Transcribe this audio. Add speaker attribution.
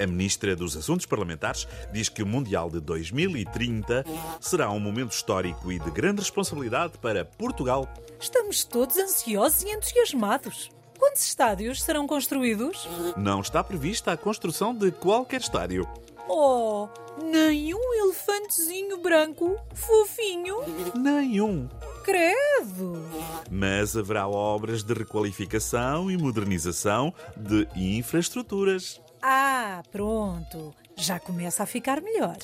Speaker 1: A ministra dos Assuntos Parlamentares diz que o Mundial de 2030 será um momento histórico e de grande responsabilidade para Portugal.
Speaker 2: Estamos todos ansiosos e entusiasmados. Quantos estádios serão construídos?
Speaker 1: Não está prevista a construção de qualquer estádio.
Speaker 2: Oh, nenhum elefantezinho branco, fofinho.
Speaker 1: Nenhum.
Speaker 2: Credo!
Speaker 1: Mas haverá obras de requalificação e modernização de infraestruturas.
Speaker 2: Ah, pronto. Já começa a ficar melhor.